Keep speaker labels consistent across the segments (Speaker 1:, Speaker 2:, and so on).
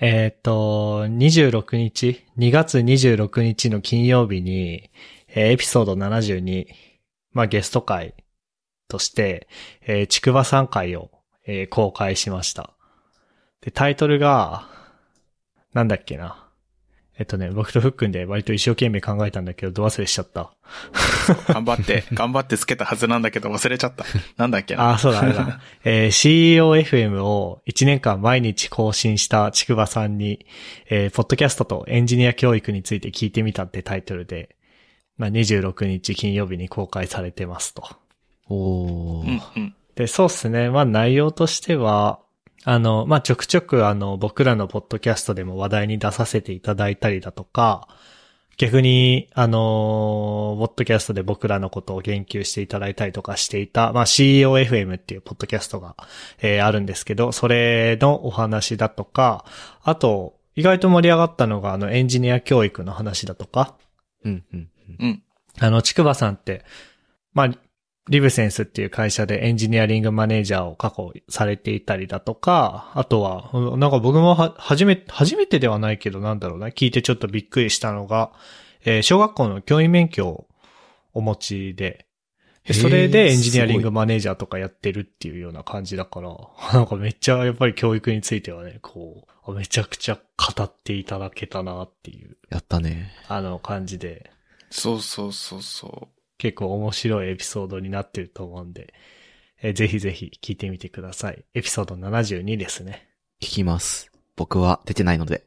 Speaker 1: えーっと、26日、2月26日の金曜日に、えーエピソード72、まあ、ゲスト会として、えー、ちくばさん会を、えー公開しました。で、タイトルが、なんだっけな。えっとね、僕とふっくんで割と一生懸命考えたんだけど、ど忘れしちゃった。
Speaker 2: 頑張って、頑張ってつけたはずなんだけど忘れちゃった。なんだっけな。
Speaker 1: あ、そうだ、あれ だ。えー CEOFM を1年間毎日更新したちくばさんに、えーポッドキャストとエンジニア教育について聞いてみたってタイトルで、まあ、26日金曜日に公開されてますと。
Speaker 3: お
Speaker 2: う
Speaker 3: ー。
Speaker 2: んうん。
Speaker 1: で、そうっすね。まあ内容としては、あの、まあちょくちょくあの、僕らのポッドキャストでも話題に出させていただいたりだとか、逆に、あの、ポッドキャストで僕らのことを言及していただいたりとかしていた、まあ CEOFM っていうポッドキャストが、えーあるんですけど、それのお話だとか、あと、意外と盛り上がったのが、あの、エンジニア教育の話だとか、
Speaker 3: うん、うん。
Speaker 2: うん。
Speaker 1: あの、ちくばさんって、まあ、リブセンスっていう会社でエンジニアリングマネージャーを過去されていたりだとか、あとは、うんなんか僕もは、初め、初めてではないけど、なんだろうな、聞いてちょっとびっくりしたのが、えー小学校の教員免許をお持ちで、でそれ
Speaker 3: へー
Speaker 1: でエンジニアリン
Speaker 3: すご
Speaker 1: グマネージャーとかやってるっていうような感じだから、 なんかめっちゃやっぱり教育についてはね、こう、めちゃくちゃ語っていただけたなっていう、
Speaker 3: やったね。
Speaker 1: あの感じで、
Speaker 2: そうそうそうそ
Speaker 1: 結構面白いエピソードになってると思うんで、えーぜひぜひ聞いてみてください。エピソード72です ね。
Speaker 3: 聞きます。僕は出てないので。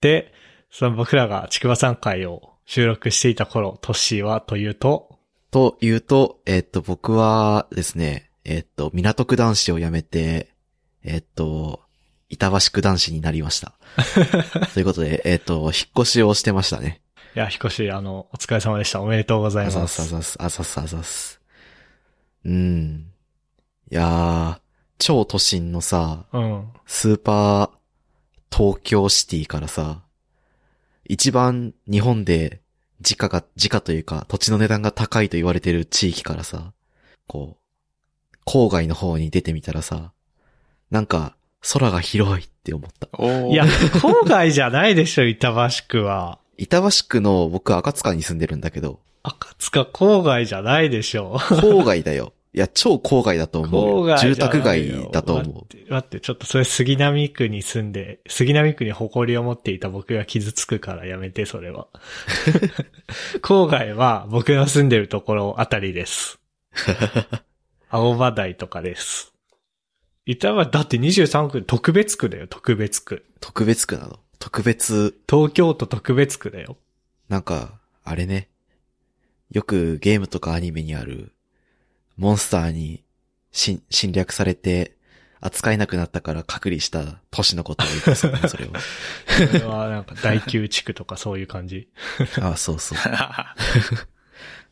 Speaker 1: で、その僕らがちくばさん会を収録していた頃、トッシーはというと、
Speaker 3: というと、えっと、僕はですね、えっと、港区男子を辞めて、えっと、板橋区男子になりました。 ということで、えっと、引っ越しをしてましたね。
Speaker 1: いや、ひこし、あの、お疲れ様でした。おめでとうござい
Speaker 3: あざ
Speaker 1: ま
Speaker 3: っすあ
Speaker 1: す。
Speaker 3: ざっす、あざっすあざっす。うん。いやー、超都心のさ、
Speaker 1: うん。
Speaker 3: スーパー、東京シティからさ、一番日本で、時価が、時価というか、土地の値段が高いと言われてる地域からさ、こう、郊外の方に出てみたらさ、なんか、空が広いって思った。
Speaker 2: う。おー
Speaker 1: い や、郊外じゃないでしょ、板橋区は。
Speaker 3: 板橋区の僕、赤塚に住んでるんだけど、
Speaker 1: 赤塚郊外じゃないでしょ。
Speaker 3: 郊外だよ。いや、超郊外だと思
Speaker 1: 郊
Speaker 3: うよ。
Speaker 1: 外じゃないよ
Speaker 3: 住宅街だと思う
Speaker 1: 待。って、待ってちょっとそれ杉並区に住んで、杉並区に誇りを持っていた僕が傷つくからやめて、それ は。郊外は僕の住んでるところあたり です。青葉台とかです。板橋、だって23区、特別区だよ、特別区。
Speaker 3: 特別区なの。特別
Speaker 1: 東京都特別区だよ。
Speaker 3: なんか、あれね。よくゲームとかアニメにある、モンスターに侵侵略されて、扱えなくなったから隔離した都市のことを言ってそうね、それ を。
Speaker 1: これはなんか大宮地区とかそういう感じ。
Speaker 3: あそうそう。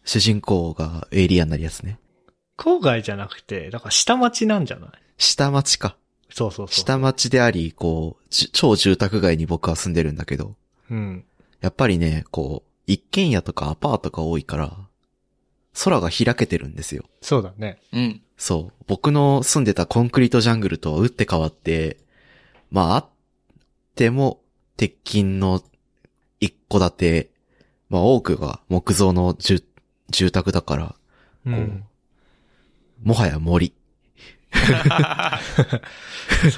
Speaker 3: 主人公がエイリアンになるやつね。
Speaker 1: 郊外じゃなくて、だから下町なんじゃない
Speaker 3: 下町か。
Speaker 1: そうそうそう。
Speaker 3: 下町であり、こう、じゅ超住宅街に僕は住んでるんだけど、
Speaker 1: うん。
Speaker 3: やっぱりね、こう、一軒家とかアパートが多いから、空が開けてるんですよ。
Speaker 1: そうだね。
Speaker 2: うん。
Speaker 3: そう。僕の住んでたコンクリートジャングルとは打って変わって、まあ、あっても、鉄筋の一戸建て、まあ多くが木造の住住宅だから、
Speaker 1: うん。
Speaker 3: もはや森。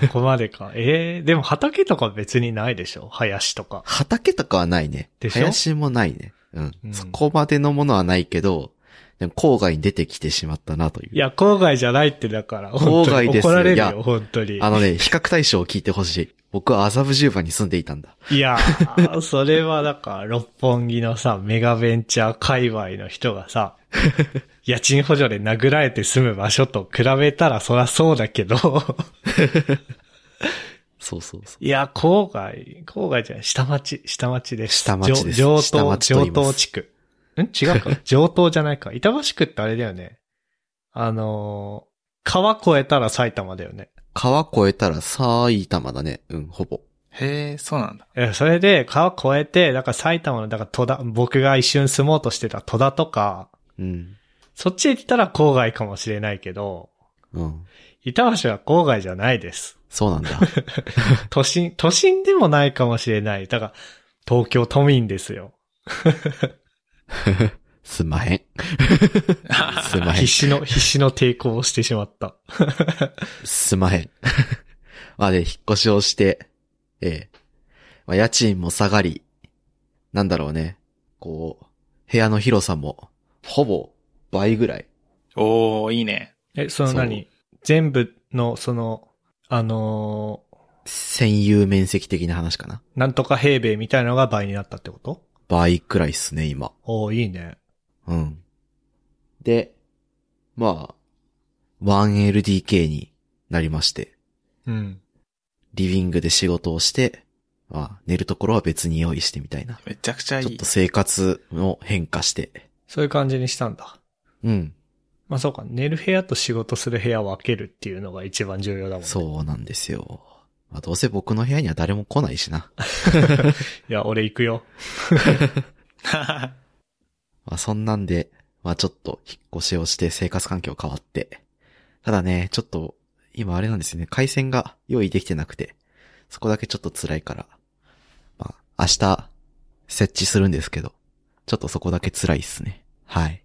Speaker 1: そこまでか。ええでも畑とか別にないでしょ林とか。
Speaker 3: 畑とかはないね。
Speaker 1: でしょ
Speaker 3: 林もないね。うん。
Speaker 1: うん
Speaker 3: そこまでのものはないけど、でも郊外に出てきてしまったなという。
Speaker 1: いや、郊外じゃないってだから、本当
Speaker 3: 郊外
Speaker 1: に
Speaker 3: ですよ
Speaker 1: 怒られる
Speaker 3: い
Speaker 1: よ、
Speaker 3: や
Speaker 1: 本当に。
Speaker 3: あのね、比較対象を聞いてほしい。僕は麻布十番に住んでいたんだ。
Speaker 1: いやー、それはだから、六本木のさ、メガベンチャー界隈の人が さ、家賃補助で殴られて住む場所と比べたらそらそうだけど、
Speaker 3: そうそうそう。
Speaker 1: いや、郊外、郊外じゃない、下町、下町です。
Speaker 3: 下町です
Speaker 1: 上
Speaker 3: 下
Speaker 1: 上
Speaker 3: 町
Speaker 1: 東、
Speaker 3: と
Speaker 1: 上
Speaker 3: 言います
Speaker 1: 東地区。ん違う か。上東じゃないか。板橋区ってあれだよね。あのー川越えたら埼玉だよね。
Speaker 3: 川越えたら埼玉だね。うん、ほぼ。
Speaker 2: へえ、そうなんだ。
Speaker 1: え、それで川越えて、だから埼玉の、だから戸田、僕が一瞬住もうとしてた戸田とか、
Speaker 3: うん。
Speaker 1: そっち行ったら郊外かもしれないけど、
Speaker 3: うん。
Speaker 1: 板橋は郊外じゃないです。
Speaker 3: そうなんだ。
Speaker 1: 都心、都心でもないかもしれない。だから、東京都民ですよ。
Speaker 3: すんまへん。すんま
Speaker 1: 必
Speaker 3: へん。
Speaker 1: 死の、必死の抵抗をしてしまった。
Speaker 3: すんまへん。 まあで、引っ越しをして、ええ。まあ家賃も下がり、なんだろうね。こう、部屋の広さも、ほぼ倍ぐらい。
Speaker 2: おー、いいね。
Speaker 1: え、その
Speaker 3: そう
Speaker 1: 何全部の、その、あの
Speaker 3: 占有面積的な話かな。
Speaker 1: ーなんとか平米みたいなのが倍になったってこと
Speaker 3: 倍くらいっすね、今。
Speaker 1: おおいいね。
Speaker 3: うん。で、まあ、1LDK になりまして、
Speaker 1: うん。
Speaker 3: リビングで仕事をして、まあ、寝るところは別に用意してみたいな。
Speaker 2: めちゃくちゃい
Speaker 3: ちょっ
Speaker 2: い
Speaker 3: と。生活の変化して。
Speaker 1: そういう感じにしたんだ。
Speaker 3: うん。
Speaker 1: まあそうか、寝る部屋と仕事する部屋を分けるっていうのが一番重要だもんね。う。
Speaker 3: そうなんですよ。まあ、どうせ僕の部屋には誰も来ないしな。
Speaker 1: いや、俺行くよ。
Speaker 3: まあ、そんなんで、まあ、ちょっと引っ越しをして生活環境変わって。ただね、ちょっと、今あれなんですよね、回線が用意できてなくて、そこだけちょっと辛いから、まあ、明日、設置するんですけど、ちょっとそこだけ辛いっすね。はい。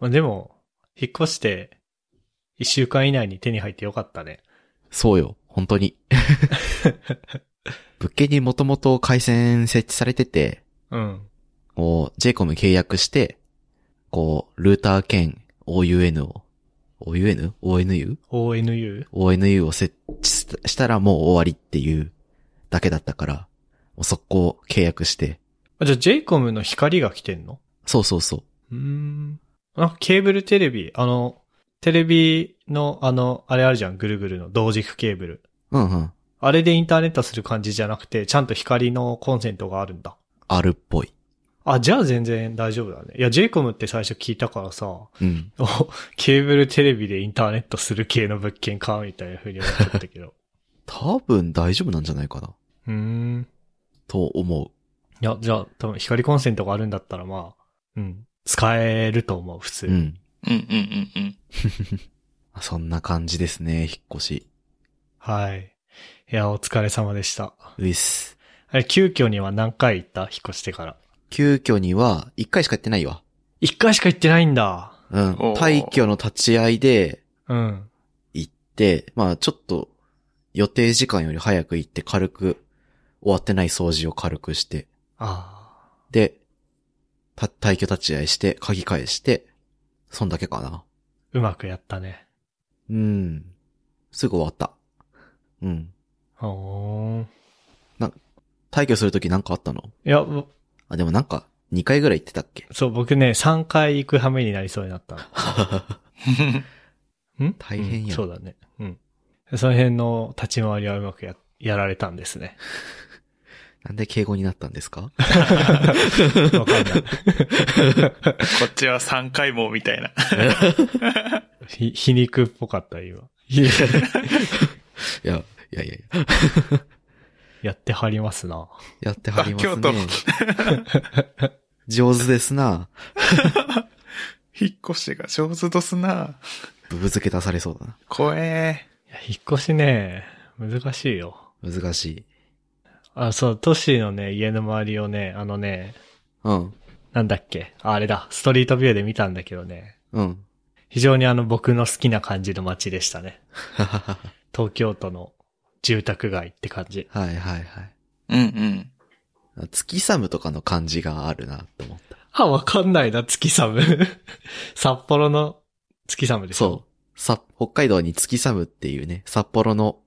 Speaker 1: まあでも、引っ越して、一週間以内に手に入ってよかったね。
Speaker 3: そうよ、本当に。物件にもともと回線設置されてて、
Speaker 1: うん。
Speaker 3: こう、JCOM 契約して、こう、ルーター兼 OUN を、OUN?ONU?
Speaker 1: ONU?
Speaker 3: ONU を設置したらもう終わりっていうだけだったから、もう速攻契約して、
Speaker 1: あ、じゃあ JCOM の光が来てんの
Speaker 3: そうそうそう
Speaker 1: ーん。あ、ケーブルテレビ、あの、テレビの、あの、あれあるじゃん、ぐるぐるの同軸ケーブル。
Speaker 3: う。うんうん。
Speaker 1: あれでインターネットする感じじゃなくて、ちゃんと光のコンセントがあるんだ。
Speaker 3: あるっぽい。
Speaker 1: あ、じゃあ全然大丈夫だね。いや、JCOM って最初聞いたからさ、お
Speaker 3: うん。
Speaker 1: ケーブルテレビでインターネットする系の物件か、みたいな風に思っちゃったけど。
Speaker 3: 多分大丈夫なんじゃないかな。
Speaker 1: うーん。
Speaker 3: と思う。
Speaker 1: いや、じゃあ多分光コンセントがあるんだったらまあ、うん、使えると思う、普通。
Speaker 3: うん。
Speaker 2: うんうんうんうん。
Speaker 3: そんな感じですね、引っ越し。
Speaker 1: はい。いや、お疲れ様でした。
Speaker 3: ういっす。
Speaker 1: あれ、急遽には何回行った引っ越してから。
Speaker 3: 急遽には、一回しかやってないわ。
Speaker 1: 一回しか行ってないんだ。
Speaker 3: うん。
Speaker 2: おー
Speaker 3: 退去の立ち会いで
Speaker 1: うん。
Speaker 3: 行って、まあちょっと、予定時間より早く行って軽く、終わってない掃除を軽くして、
Speaker 1: あ
Speaker 3: で、た、退去立ち会いして、鍵返して、そんだけかな。
Speaker 1: ーうまくやったね。
Speaker 3: うん。すぐ終わった。うん。
Speaker 1: おー
Speaker 3: 退去するときなんかあったの
Speaker 1: いや、ぼ
Speaker 3: あ、でもなんか、2回ぐらい行ってたっけ
Speaker 1: そう、僕ね、3回行く羽目になりそうになった の。ん
Speaker 3: 大変や
Speaker 1: うんそうだね。うん。その辺の立ち回りはうまくや、やられたんです ね。
Speaker 3: なんで敬語になったんで すか
Speaker 1: わかんない。
Speaker 2: こっちは3回もみたいな。
Speaker 1: ひ、皮肉っぽかった、今。いや
Speaker 3: いや、いやいやいや。
Speaker 1: やってはりますな。
Speaker 3: やってはります
Speaker 2: あ京都
Speaker 3: ね。上手ですな。
Speaker 2: 引っ越しが上手とすな。
Speaker 3: ぶぶ漬け出されそうだな。
Speaker 2: 怖え
Speaker 1: いや引っ越しね、難しいよ。
Speaker 3: 難しい。
Speaker 1: あ、そう、都市のね、家の周りをね、あのね、
Speaker 3: うん。
Speaker 1: なんだっけ、ああれだ、ストリートビューで見たんだけどね、
Speaker 3: うん。
Speaker 1: 非常にあの僕の好きな感じの街でしたね。東京都の住宅街って感じ。
Speaker 3: はいはいはい。
Speaker 2: うんうん。
Speaker 3: 月寒とかの感じがあるなって思った。
Speaker 1: あ、わかんないな、月寒。 札幌の月寒でしょ
Speaker 3: そう。さ、北海道に月寒っていうね、札幌の、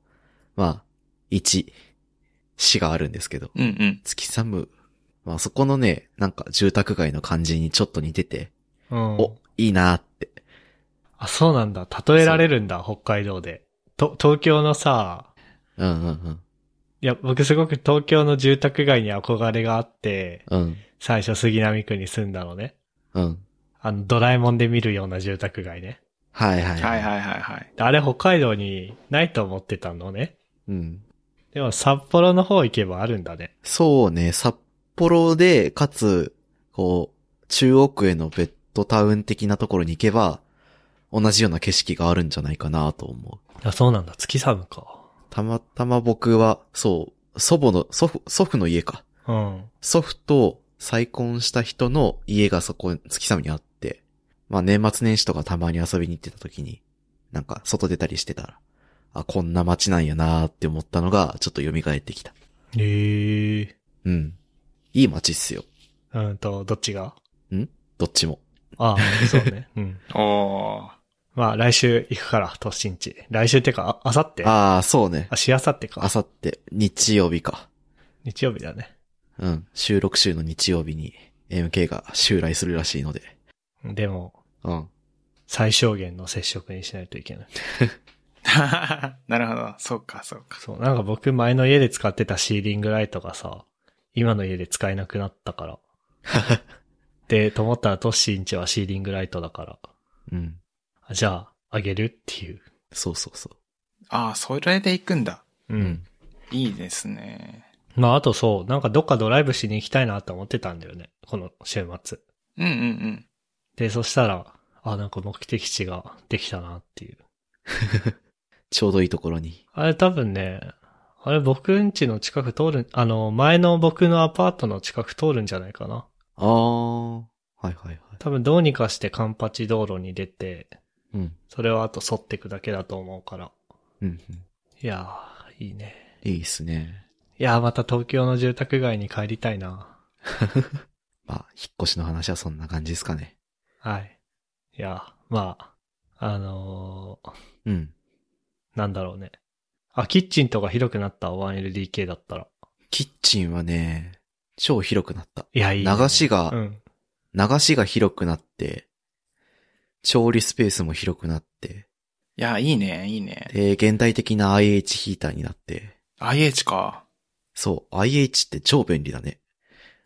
Speaker 3: まあ、一、市があるんですけど、
Speaker 2: うんうん。
Speaker 3: 月寒、まあそこのね、なんか住宅街の感じにちょっと似てて、
Speaker 1: う。うん。
Speaker 3: お、いいなーって。
Speaker 1: あ、そうなんだ。例えられるんだ、北海道で。と、東京のさ、
Speaker 3: うんうん
Speaker 1: いや、僕すごく東京の住宅街に憧れがあって、
Speaker 3: うん。うん。
Speaker 1: 最初杉並区に住んだのね。
Speaker 3: うん。
Speaker 1: あの、ドラえもんで見るような住宅街ね。
Speaker 3: はいはい。
Speaker 2: はいはいはいはい。
Speaker 1: あれ北海道にないと思ってたのね。
Speaker 3: うん。
Speaker 1: でも札幌の方行けばあるんだね。
Speaker 3: そうね、札幌で、かつ、こう、中央区へのベッドタウン的なところに行けば、同じような景色があるんじゃないかなと思う。
Speaker 1: あ、そうなんだ。月寒か。
Speaker 3: たまたま僕は、そう、祖母の、祖父、祖父の家か。
Speaker 1: うん。
Speaker 3: 祖父と再婚した人の家がそこ、月寒にあって、まあ年末年始とかたまに遊びに行ってた時に、なんか外出たりしてたら、あ、こんな街なんやなーって思ったのが、ちょっと蘇ってきた。
Speaker 1: ええ
Speaker 3: うん。いい街っすよ。
Speaker 1: うんと、どっちが
Speaker 3: どっちも。
Speaker 1: ああ、そう ね。うん。
Speaker 2: おー。
Speaker 1: まあ、来週行くから、都心地。来週ってか、あ、あさってあ、
Speaker 3: ああ、そうね。
Speaker 1: しあさってか
Speaker 3: あ。さって、日曜日か。
Speaker 1: 日曜日だね。
Speaker 3: うん。収録週の日曜日に MK が襲来するらしいので。
Speaker 1: でも、
Speaker 3: うん。
Speaker 1: 最小限の接触にしないといけない。
Speaker 2: なるほど。そうか、そうか。
Speaker 1: そう、なんか僕前の家で使ってたシーリングライトがさ、今の家で使えなくなった から。で、と思ったらトッシーんちはシーリングライトだから。
Speaker 3: うん。
Speaker 1: あじゃあ、あげるっていう。
Speaker 3: そうそうそ
Speaker 2: ああ、それで行くんだ。
Speaker 1: う
Speaker 3: う。
Speaker 1: ん。。
Speaker 2: いいですね。
Speaker 1: まあ、あとそう、なんかどっかドライブしに行きたいなと思ってたんだよね。この週末。
Speaker 2: うんうんうん。
Speaker 1: で、そしたら、あ、なんか目的地ができたなっていう。
Speaker 3: ちょうどいいところに。
Speaker 1: あれ多分ね、あれ僕ん家の近く通る、あの、前の僕のアパートの近く通るんじゃないかな。
Speaker 3: ああ。はいはいはい。
Speaker 1: 多分どうにかしてカンパチ道路に出て、
Speaker 3: うん。
Speaker 1: それをあと沿っていくだけだと思うから。
Speaker 3: うん。
Speaker 1: いやー、いいね。
Speaker 3: いいっすね。
Speaker 1: いやー、また東京の住宅街に帰りたいな。
Speaker 3: まあ、引っ越しの話はそんな感じですかね。
Speaker 1: はい。いやー、まあ、あのー、
Speaker 3: うん。
Speaker 1: なんだろうね。あ、キッチンとか広くなった 1LDK だったら。
Speaker 3: キッチンはね、超広くなった。
Speaker 1: いや、いい、
Speaker 3: 流しが、
Speaker 1: うん。
Speaker 3: 流しが広くなって、調理スペースも広くなって、
Speaker 2: いや、いいね、いいね。
Speaker 3: で、現代的な IH ヒーターになって、
Speaker 2: IH か。
Speaker 3: そう、IH って超便利だね。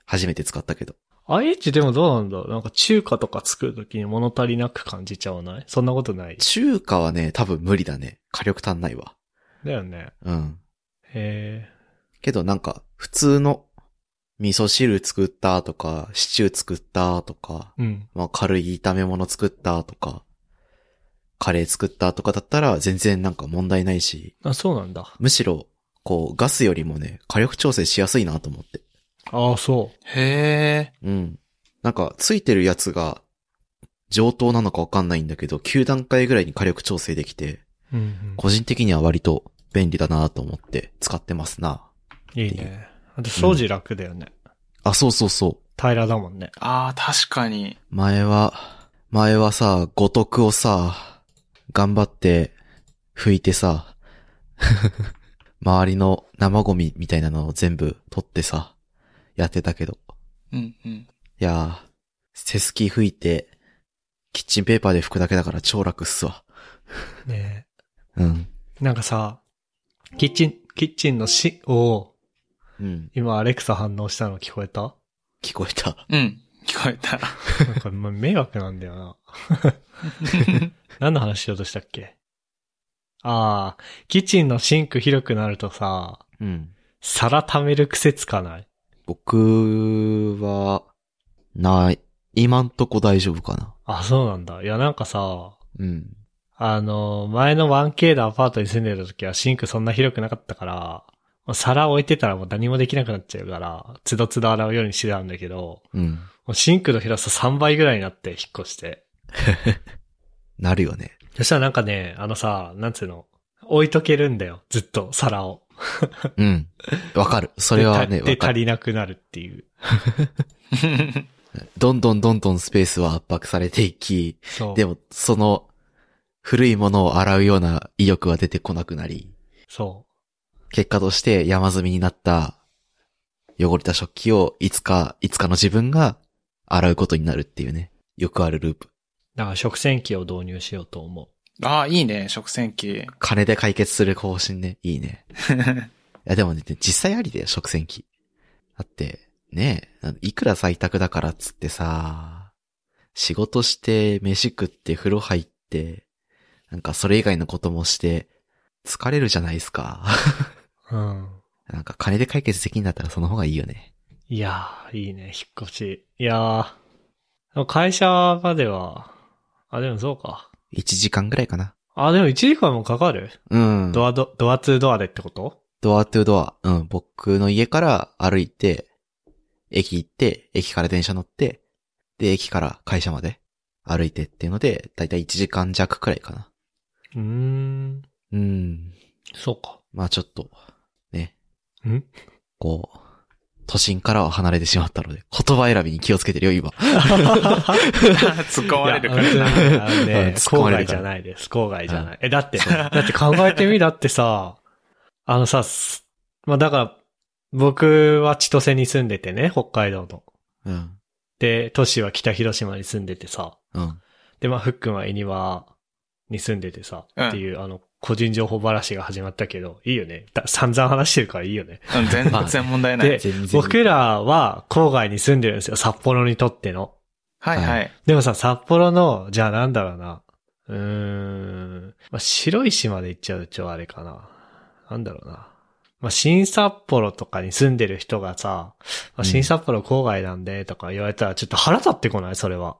Speaker 3: 初めて使ったけど。
Speaker 1: IH でもどうなんだろうなんか中華とか作るときに物足りなく感じちゃわないそんなことない。
Speaker 3: 中華はね、多分無理だね。火力足んないわ。
Speaker 1: だよね。
Speaker 3: うん。
Speaker 1: へ
Speaker 3: けどなんか、普通の、味噌汁作ったとか、シチュー作ったとか、
Speaker 1: え。うん。
Speaker 3: まあ軽い炒め物作ったとか、カレー作ったとかだったら全然なんか問題ないし、
Speaker 1: あ、そうなんだ。
Speaker 3: むしろ、こう、ガスよりもね、火力調整しやすいなと思って。
Speaker 1: ああ、そ
Speaker 2: へえ。
Speaker 3: うん。なんか、ついてるやつが、上等なのかわかんないんだけど、9段階ぐらいに火力調整できて、
Speaker 1: う。うん、
Speaker 3: 個人的には割と便利だなと思って使ってますな。
Speaker 1: うん。いいね。あと掃除楽だよね。
Speaker 3: あ、そうそうそう。
Speaker 1: 平らだもんね。
Speaker 2: ああ、確かに。
Speaker 3: 前は、前はさ、五徳をさ、頑張って、拭いてさ、 周りの生ゴミみたいなのを全部取ってさ、やってたけど。
Speaker 2: うんうん。
Speaker 3: いやー、セスキ拭いて、キッチンペーパーで拭くだけだから超楽っすわ。
Speaker 1: ね
Speaker 3: うん。
Speaker 1: えなんかさ、キッチン、キッチンのし、おー
Speaker 3: うん。
Speaker 1: 今アレクサ反応したの聞こえた
Speaker 3: 聞こえた。
Speaker 2: うん。聞こえた。
Speaker 1: なんかもう迷惑なんだよな。何の話しようとしたっけああ、キッチンのシンク広くなるとさ、
Speaker 3: うん。
Speaker 1: 皿溜める癖つかない
Speaker 3: 僕は、ない。今んとこ大丈夫かな。
Speaker 1: あ、そうなんだ。いや、なんかさ、
Speaker 3: うん。
Speaker 1: あの、前の 1K のアパートに住んでた時はシンクそんな広くなかったから、もう皿置いてたらもう何もできなくなっちゃうから、つどつど洗うようにしてたんだけど、
Speaker 3: うん。
Speaker 1: もうシンクの広さ3倍ぐらいになって引っ越して。
Speaker 3: なるよね。
Speaker 1: そしたらなんかね、あのさ、なんつうの、置いとけるんだよ、ずっと皿を。
Speaker 3: うん。わかる。それは
Speaker 1: で
Speaker 3: ね、わ
Speaker 1: た
Speaker 3: か
Speaker 1: で足
Speaker 3: る。
Speaker 1: りなくなるっていう。
Speaker 3: どんどんどんどんスペースは圧迫されていき、
Speaker 1: そう。
Speaker 3: でも、その、古いものを洗うような意欲は出てこなくなり、
Speaker 1: そ
Speaker 3: 結果として山積みになった汚れた食器をいつか、いつかの自分が洗うことになるっていうね。よくあるループ。
Speaker 1: う。だから食洗機を導入しようと思う。
Speaker 2: ああ、いいね、食洗機。
Speaker 3: 金で解決する方針ね。いいね。 いやでもね、実際ありだよ、食洗機。だって、ねえ、いくら在宅だからっつってさ、仕事して、飯食って、風呂入って、なんかそれ以外のこともして、疲れるじゃないですか。
Speaker 1: うん。
Speaker 3: なんか金で解決できんだったらその方がいいよね。
Speaker 1: いやー、いいね、引っ越し。いやー、会社までは、あ、でもそうか。
Speaker 3: 1時間ぐらいかな。
Speaker 1: あ、でも1時間もかかる、
Speaker 3: うん。
Speaker 1: ドアド、ドア2ドアでってこと
Speaker 3: ドアトゥドア。うん。僕の家から歩いて、駅行って、駅から電車乗って、で、駅から会社まで歩いてっていうので、だいたい1時間弱くらいかな。
Speaker 1: うーん。
Speaker 3: うん。
Speaker 1: そうか。
Speaker 3: まあちょっと、ね。
Speaker 1: ん
Speaker 3: こう、都心からは離れてしまったので、言葉選びに気をつけてるよ、今。
Speaker 2: 突っ込まれるから
Speaker 1: いや
Speaker 2: な。
Speaker 1: 本当にあのね
Speaker 3: 突っ
Speaker 1: 郊
Speaker 3: 込まれ
Speaker 1: 外
Speaker 3: るか
Speaker 1: じ
Speaker 3: ら
Speaker 1: ゃないです。郊外じゃない。え、だって、だって考えてみ、だってさ、あのさ、すまあだから、僕は千歳に住んでてね、北海道の。
Speaker 3: うん。
Speaker 1: で、都市は北広島に住んでてさ、
Speaker 3: うん。
Speaker 1: で、まあ、ふっくんは恵庭に住んでてさ、
Speaker 2: うん
Speaker 1: っていう、あの、個人情報話が始まったけど、いいよね。だ散々話してるからいいよね。
Speaker 2: うん全
Speaker 3: まあ
Speaker 2: 然問題な
Speaker 1: で
Speaker 2: い。
Speaker 3: 全然
Speaker 1: 僕らは郊外に住んでるんですよ、札幌にとっての。
Speaker 2: はいはい。
Speaker 1: でもさ、札幌の、じゃあなんだろうな。うーん。まあ、白石まで行っちゃうとあれかな。なんだろうな。まあ、新札幌とかに住んでる人がさ、ま
Speaker 3: う
Speaker 1: あ、
Speaker 3: ん
Speaker 1: 新札幌郊外なんで、とか言われたらちょっと腹立ってこないそれは。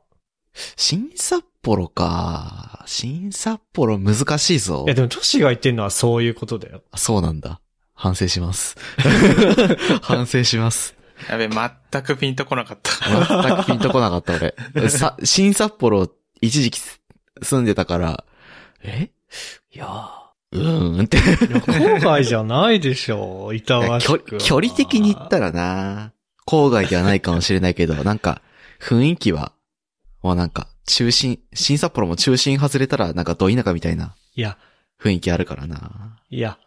Speaker 3: 新札幌か。新札幌難しいぞ
Speaker 1: いや、。でも都市が言ってるのはそういうことだよ。
Speaker 3: あそうなんだ。反省し ます。反省します。
Speaker 2: やべ、全くピンとこなかった。
Speaker 3: 全くピンとこなかった 俺。さ、新札幌一時期住んでたから、えいやーうーんって。
Speaker 1: いや郊外じゃないでしょ、板橋
Speaker 3: 距
Speaker 1: 区は
Speaker 3: 距離的に言ったらな、郊外ではないかもしれないけ ど、なんか、雰囲気は、もうなんか、中心、新札幌も中心外れたら、なんかど田舎みたいない
Speaker 1: や、
Speaker 3: 雰囲気あるからな。
Speaker 1: いや、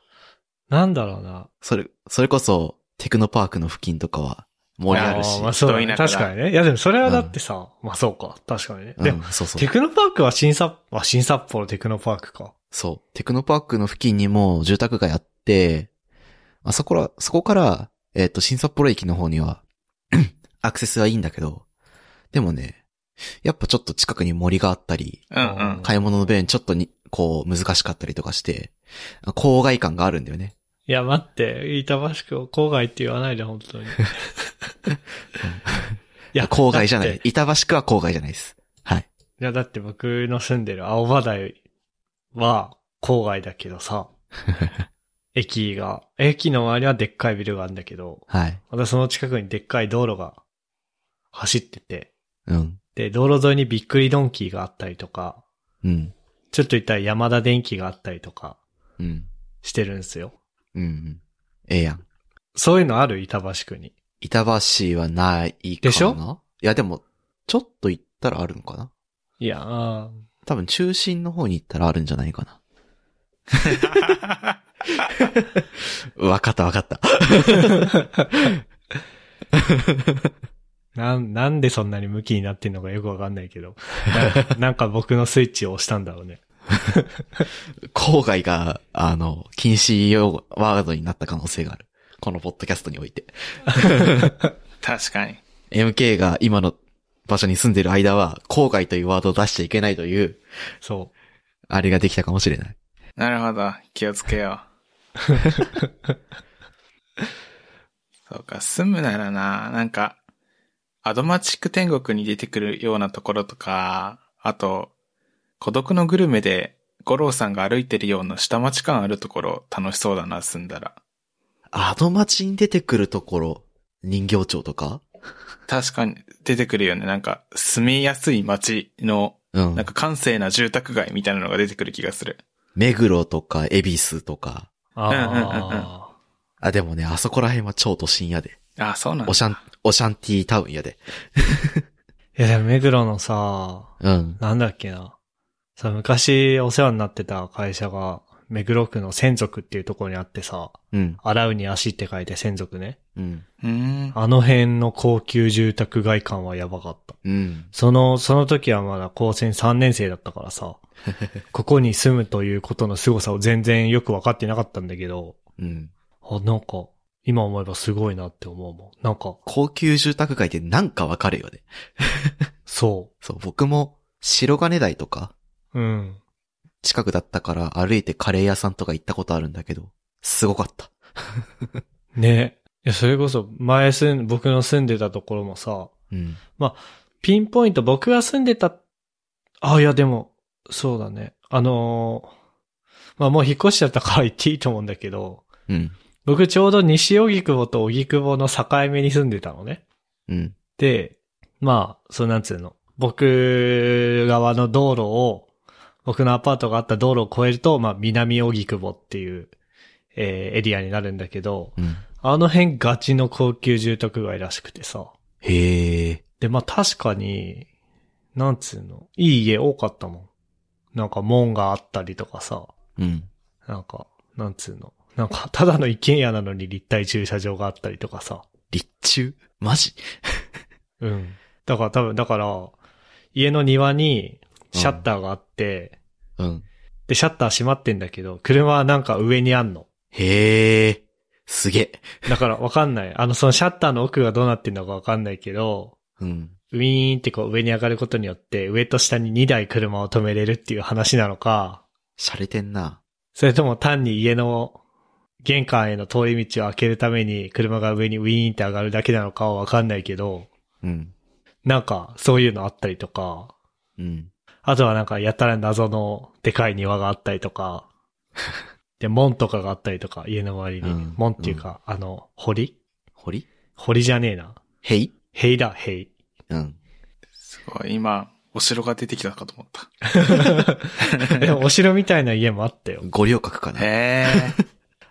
Speaker 1: なんだろうな。
Speaker 3: それ、それこそ、テクノパークの付近とかは、森あるし。
Speaker 1: ーまあそうだね
Speaker 2: ど
Speaker 1: 確
Speaker 2: 田舎だ
Speaker 1: かにね。いや、でもそれはだってさ、まあそうか、確かにね。
Speaker 3: う
Speaker 1: でも
Speaker 3: ん、そうそ
Speaker 1: テ
Speaker 3: う。
Speaker 1: クノパークは新札、あ、新札幌テクノパークか。
Speaker 3: そう。テクノパークの付近にも住宅街あって、あそこら、そこから、えっ、と、新札幌駅の方には、 アクセスはいいんだけど、でもね、やっぱちょっと近くに森があったり、
Speaker 2: うんうん。
Speaker 3: 買い物の便ちょっとに、こう、難しかったりとかして、郊外感があるんだよね。
Speaker 1: いや、待って、板橋区を郊外って言わないで、本 当に。い
Speaker 3: いや、郊外じゃな
Speaker 1: だっ
Speaker 3: い
Speaker 1: て。
Speaker 3: 板橋区は郊外じゃないです。はい。
Speaker 1: いや、だって僕の住んでる青葉台は郊外だけどさ、駅が、駅の周りはでっかいビルがあるんだけど、
Speaker 3: はい。
Speaker 1: またその近くにでっかい道路が走ってて、
Speaker 3: うん。
Speaker 1: で、道路沿いにびっくりドンキーがあったりとか、
Speaker 3: うん。
Speaker 1: ちょっと行ったら山田電機があったりとか
Speaker 3: うん。
Speaker 1: してるんですよ。
Speaker 3: うんうん。ええやん。
Speaker 1: そういうのある板橋区に。
Speaker 3: 板橋はないかな。
Speaker 1: でし
Speaker 3: ょいや、でも、ちょっと行ったらあるのかない
Speaker 1: やー、
Speaker 3: 多分中心の方に行ったらあるんじゃないか な。わかったわかった。
Speaker 1: なん、なんでそんなにムキになってんのかよくわかんないけど。ななんか僕のスイッチを押したんだろうね。
Speaker 3: 郊外が、あの、禁止用語ワードになった可能性がある。このポッドキャストにおいて。
Speaker 2: 確かに。
Speaker 3: MK が今の場所に住んでる間は、郊外というワードを出しちゃいけないという、
Speaker 1: そ
Speaker 3: あれができたかもしれない。
Speaker 2: なるほど。気をつけよう。そうか、住むならな、なんか、アドマチック天国に出てくるようなところとか、あと、孤独のグルメで、五郎さんが歩いてるような下町感あるところ楽しそうだな、住んだら。
Speaker 3: アド町に出てくるところ、人形町とか
Speaker 2: 確かに出てくるよね。なんか、住みやすい街の、
Speaker 3: うん
Speaker 2: なん。か閑静な住宅街みたいなのが出てくる気がする。
Speaker 3: 目黒とか、恵比寿とか。
Speaker 1: う。あ
Speaker 3: あ、でもね、あそこら辺は超都心やで。
Speaker 2: あ、そうなんだ
Speaker 3: オシャン、オシャンティータウンやで。
Speaker 1: あ。いや、でも目黒のさ、
Speaker 3: うん。
Speaker 1: なんだっけな。さ、昔お世話になってた会社が、目黒区の専属っていうところにあってさ、
Speaker 3: うん。
Speaker 1: 洗うに足って書いて専属ね。
Speaker 3: うん。
Speaker 2: うーん。
Speaker 1: あの辺の高級住宅街感はやばかった。
Speaker 3: うん。
Speaker 1: その、その時はまだ高専3年生だったからさ、ここに住むということの凄さを全然よくわかってなかったんだけど、
Speaker 3: うん。
Speaker 1: あ、なんか、今思えばすごいなって思うもん。なんか、
Speaker 3: 高級住宅街ってなんかわかるよね。
Speaker 1: そ
Speaker 3: そう、僕も、白金台とか、
Speaker 1: う。うん。
Speaker 3: 近くだったから歩いてカレー屋さんとか行ったことあるんだけど、すごかった。
Speaker 1: ね。いや、それこそ、前住ん、僕の住んでたところもさ、
Speaker 3: うん。
Speaker 1: ピンポイント僕が住んでた、あ、いや、でも、そうだね。あのーまあもう引っ越しちゃったから言っていいと思うんだけど、
Speaker 3: うん。
Speaker 1: 僕ちょうど西荻窪と荻窪の境目に住んでたのね。
Speaker 3: うん。
Speaker 1: で、まあ、そうなんつうの。僕側の道路を、僕のアパートがあった道路を越えると、まあ、南荻窪っていう、えーエリアになるんだけど、
Speaker 3: うん。
Speaker 1: あの辺ガチの高級住宅街らしくてさ。
Speaker 3: へえ。
Speaker 1: で、まあ確かに、なんつうの、いい家多かったもん。なんか門があったりとかさ、
Speaker 3: うん。
Speaker 1: なんか、なんつうの、なんかただの一軒家なのに立体駐車場があったりとかさ。
Speaker 3: 立中マジ
Speaker 1: うん。だから多分、だから、家の庭にシャッターがあって、
Speaker 3: うん。
Speaker 1: で、シャッター閉まってんだけど、車はなんか上にあんの。
Speaker 3: へえ。すげえ。
Speaker 1: だからわかんない。あの、そのシャッターの奥がどうなってんのかわかんないけど、
Speaker 3: うん。
Speaker 1: ウィーンってこう上に上がることによって、上と下に2台車を止めれるっていう話なのか、
Speaker 3: 洒落てんな。
Speaker 1: それとも単に家の玄関への通り道を開けるために車が上にウィーンって上がるだけなのかはわかんないけど、
Speaker 3: うん。
Speaker 1: なんかそういうのあったりとか、
Speaker 3: うん。
Speaker 1: あとはなんかやたら謎のでかい庭があったりとか、 で、門とかがあったりとか、家の周りに。
Speaker 3: うん
Speaker 1: 門っていうか、あの、堀
Speaker 3: 堀
Speaker 1: 堀じゃねえな。
Speaker 3: へい
Speaker 1: 塀だ、 塀。
Speaker 3: うん。
Speaker 2: すごい、今、お城が出てきたかと思った。
Speaker 1: でもお城みたいな家もあったよ。
Speaker 3: 五稜郭かな。
Speaker 2: へ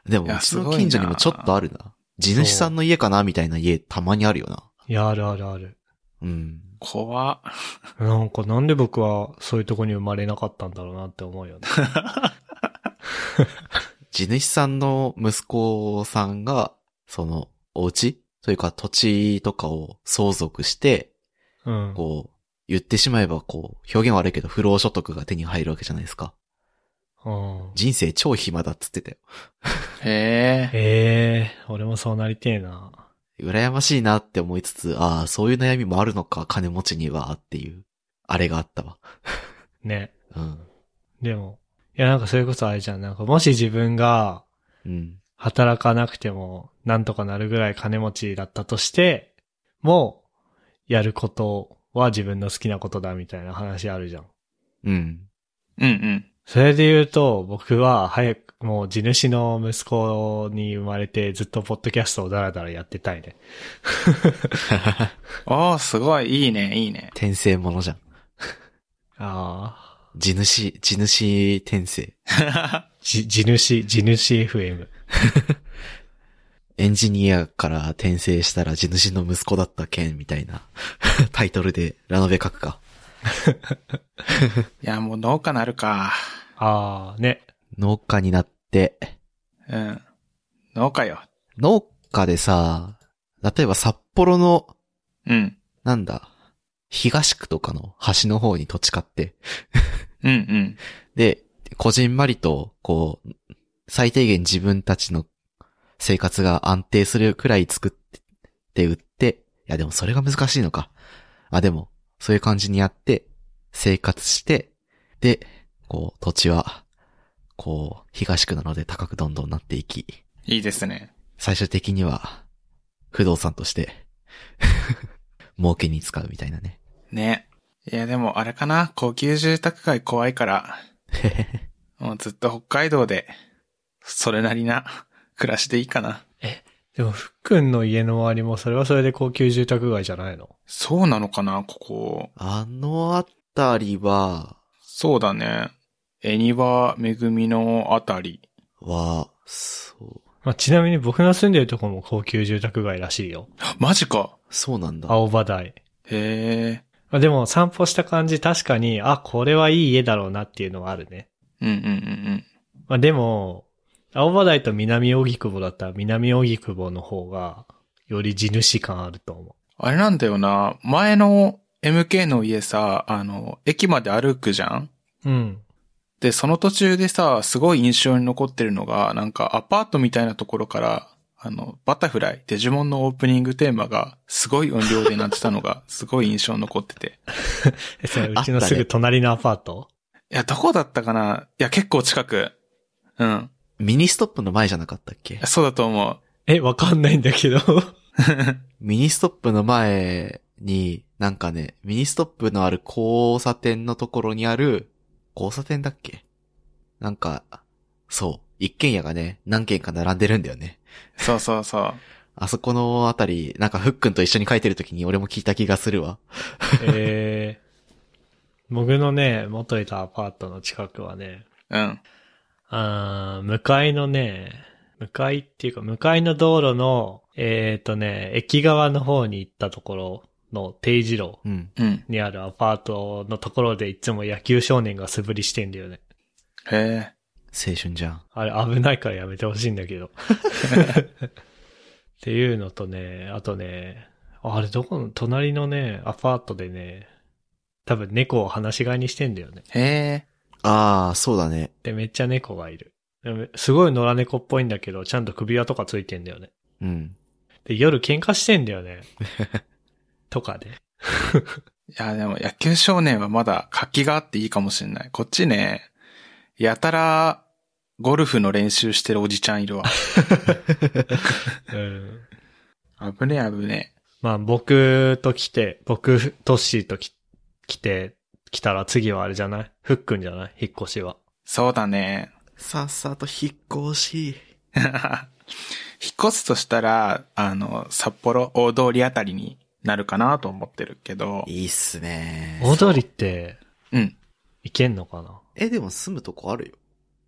Speaker 3: でも、
Speaker 2: いや
Speaker 3: うちの
Speaker 2: すごいな
Speaker 3: 近所にもちょっとあるな。地主さんの家かなみたいな家たまにあるよな。
Speaker 1: いや、あるあるある。
Speaker 3: うん。
Speaker 2: 怖っ
Speaker 1: なんかなんで僕はそういうとこに生まれなかったんだろうなって思うよ ね。
Speaker 3: 地主さんの息子さんが、その、お家というか土地とかを相続して、
Speaker 1: うん。
Speaker 3: こう、言ってしまえばこう、表現悪いけど不労所得が手に入るわけじゃないですか。
Speaker 1: うん、
Speaker 3: 人生超暇だっつってたよ。
Speaker 2: へえ。
Speaker 1: ええ俺もそうなりてえな。
Speaker 3: 羨ましいなって思いつつ、ああ、そういう悩みもあるのか、金持ちにはっていう、あれがあったわ。
Speaker 1: ね。
Speaker 3: うん。
Speaker 1: でも、いやなんかそれこそあれじゃん。なんかもし自分が
Speaker 3: うん。
Speaker 1: 働かなくてもなんとかなるぐらい金持ちだったとして、もうやることは自分の好きなことだみたいな話あるじゃん。
Speaker 3: うん。
Speaker 2: うんうん。
Speaker 1: それで言うと、僕は早く、もう地主の息子に生まれてずっとポッドキャストをダラダラやってたいね。
Speaker 2: おー、すごい、いいね、いいね。
Speaker 3: 転生ものじゃん。
Speaker 1: ああ。
Speaker 3: 地主、地主転生。
Speaker 1: じ、地主、地主 FM。
Speaker 3: エンジニアから転生したら地主の息子だった件みたいな タイトルでラノベ書くか。
Speaker 2: いや、もう農家なるか。
Speaker 1: ああ、ね。
Speaker 3: 農家になって、
Speaker 2: うん。農家よ。
Speaker 3: 農家でさ、例えば札幌の、
Speaker 2: うん。
Speaker 3: なんだ、東区とかの端の方に土地買って、
Speaker 2: うんうん。
Speaker 3: で、こじんまりと、こう、最低限自分たちの生活が安定するくらい作って、売って、いやでもそれが難しいのか。あ、でも、そういう感じにやって、生活して、で、こう、土地は、こう、東区なので高くどんどんなっていき、
Speaker 2: いいですね。
Speaker 3: 最終的には、不動産として、 儲けに使うみたいなね。
Speaker 2: ね。いや、でもあれかな。高級住宅街怖いから、もうずっと北海道で、それなりな暮らしでいいかな。
Speaker 1: でも、ふっくんの家の周りもそれはそれで高級住宅街じゃないの
Speaker 2: そうなのかな、ここ。
Speaker 3: あのあたりは、
Speaker 2: そうだね。恵庭恵みのあたり。
Speaker 3: は、そう、
Speaker 1: まあ、ちなみに僕の住んでるとこも高級住宅街らしいよ。
Speaker 2: マジか。
Speaker 3: そうなんだ。
Speaker 1: 青葉台。
Speaker 2: へえ。
Speaker 1: まあ、でも散歩した感じ確かに、あ、これはいい家だろうなっていうのはあるね。
Speaker 2: うんうんうん
Speaker 1: まあ、でも、青葉台と南荻窪だったら南荻窪の方が、より地主感あると思
Speaker 2: うん。あれなんだよな。前の MK の家さ、あの、駅まで歩くじゃん
Speaker 1: う。うん。
Speaker 2: で、その途中でさ、すごい印象に残ってるのが、なんかアパートみたいなところから、あの、バタフライ、デジモンのオープニングテーマが、すごい音量で鳴ってたのが、すごい印象に残ってて。
Speaker 1: え、それう
Speaker 3: あっ
Speaker 1: ち
Speaker 3: た
Speaker 1: の
Speaker 3: ね
Speaker 1: すぐ隣のアパート、
Speaker 2: いや、どこだったかないや、結構近く。うん。
Speaker 3: ミニストップの前じゃなかったっけ
Speaker 2: そうだと思う。
Speaker 1: え、わかんないんだ けど。
Speaker 3: ミニストップの前に、なんかね、ミニストップのある交差点のところにある、交差点だっけなんか、そう、一軒家がね、何軒か並んでるんだよね。
Speaker 2: そうそうそう。
Speaker 3: あそこのあたり、なんかふっくんと一緒に書いてる時に俺も聞いた気がするわ。
Speaker 1: えー、僕のね、元いたアパートの近くはね、
Speaker 2: うん。
Speaker 1: あー向かいのね、向かいっていうか、向かいの道路の、えっ、ー、とね、駅側の方に行ったところの定時路
Speaker 3: うん。
Speaker 2: うん。
Speaker 1: にあるアパートのところでいつも野球少年が素振りしてんだよね。
Speaker 2: へえ。
Speaker 3: 青春じゃん。
Speaker 1: あれ危ないからやめてほしいんだけど。っていうのとね、あとね、あれどこの、隣のね、アパートでね、多分猫を放し飼いにしてんだよね。
Speaker 2: へえ。
Speaker 3: ああ、そうだね。
Speaker 1: で、めっちゃ猫がいる。でもすごい野良猫っぽいんだけど、ちゃんと首輪とかついてんだよね。
Speaker 3: うん。
Speaker 1: で、夜喧嘩してんだよ ね。とかで。
Speaker 2: いや、でも野球少年はまだ活気があっていいかもしれない。こっちね、やたらゴルフの練習してるおじちゃんいるわ。
Speaker 1: うん。
Speaker 2: 危ねえ危ね
Speaker 1: まあ、僕と来て、僕、トッシーとき来て、来たら次はあれじゃないフックンじゃない引っ越しは。
Speaker 2: え。そうだね。
Speaker 3: さっさと引っ越し。
Speaker 2: 引っ越すとしたら、あの、札幌大通りあたりになるかなと思ってるけど、
Speaker 3: いいっすね。
Speaker 1: 大通りって、
Speaker 2: うん。
Speaker 1: いけんのかな
Speaker 3: え、でも住むとこあるよ。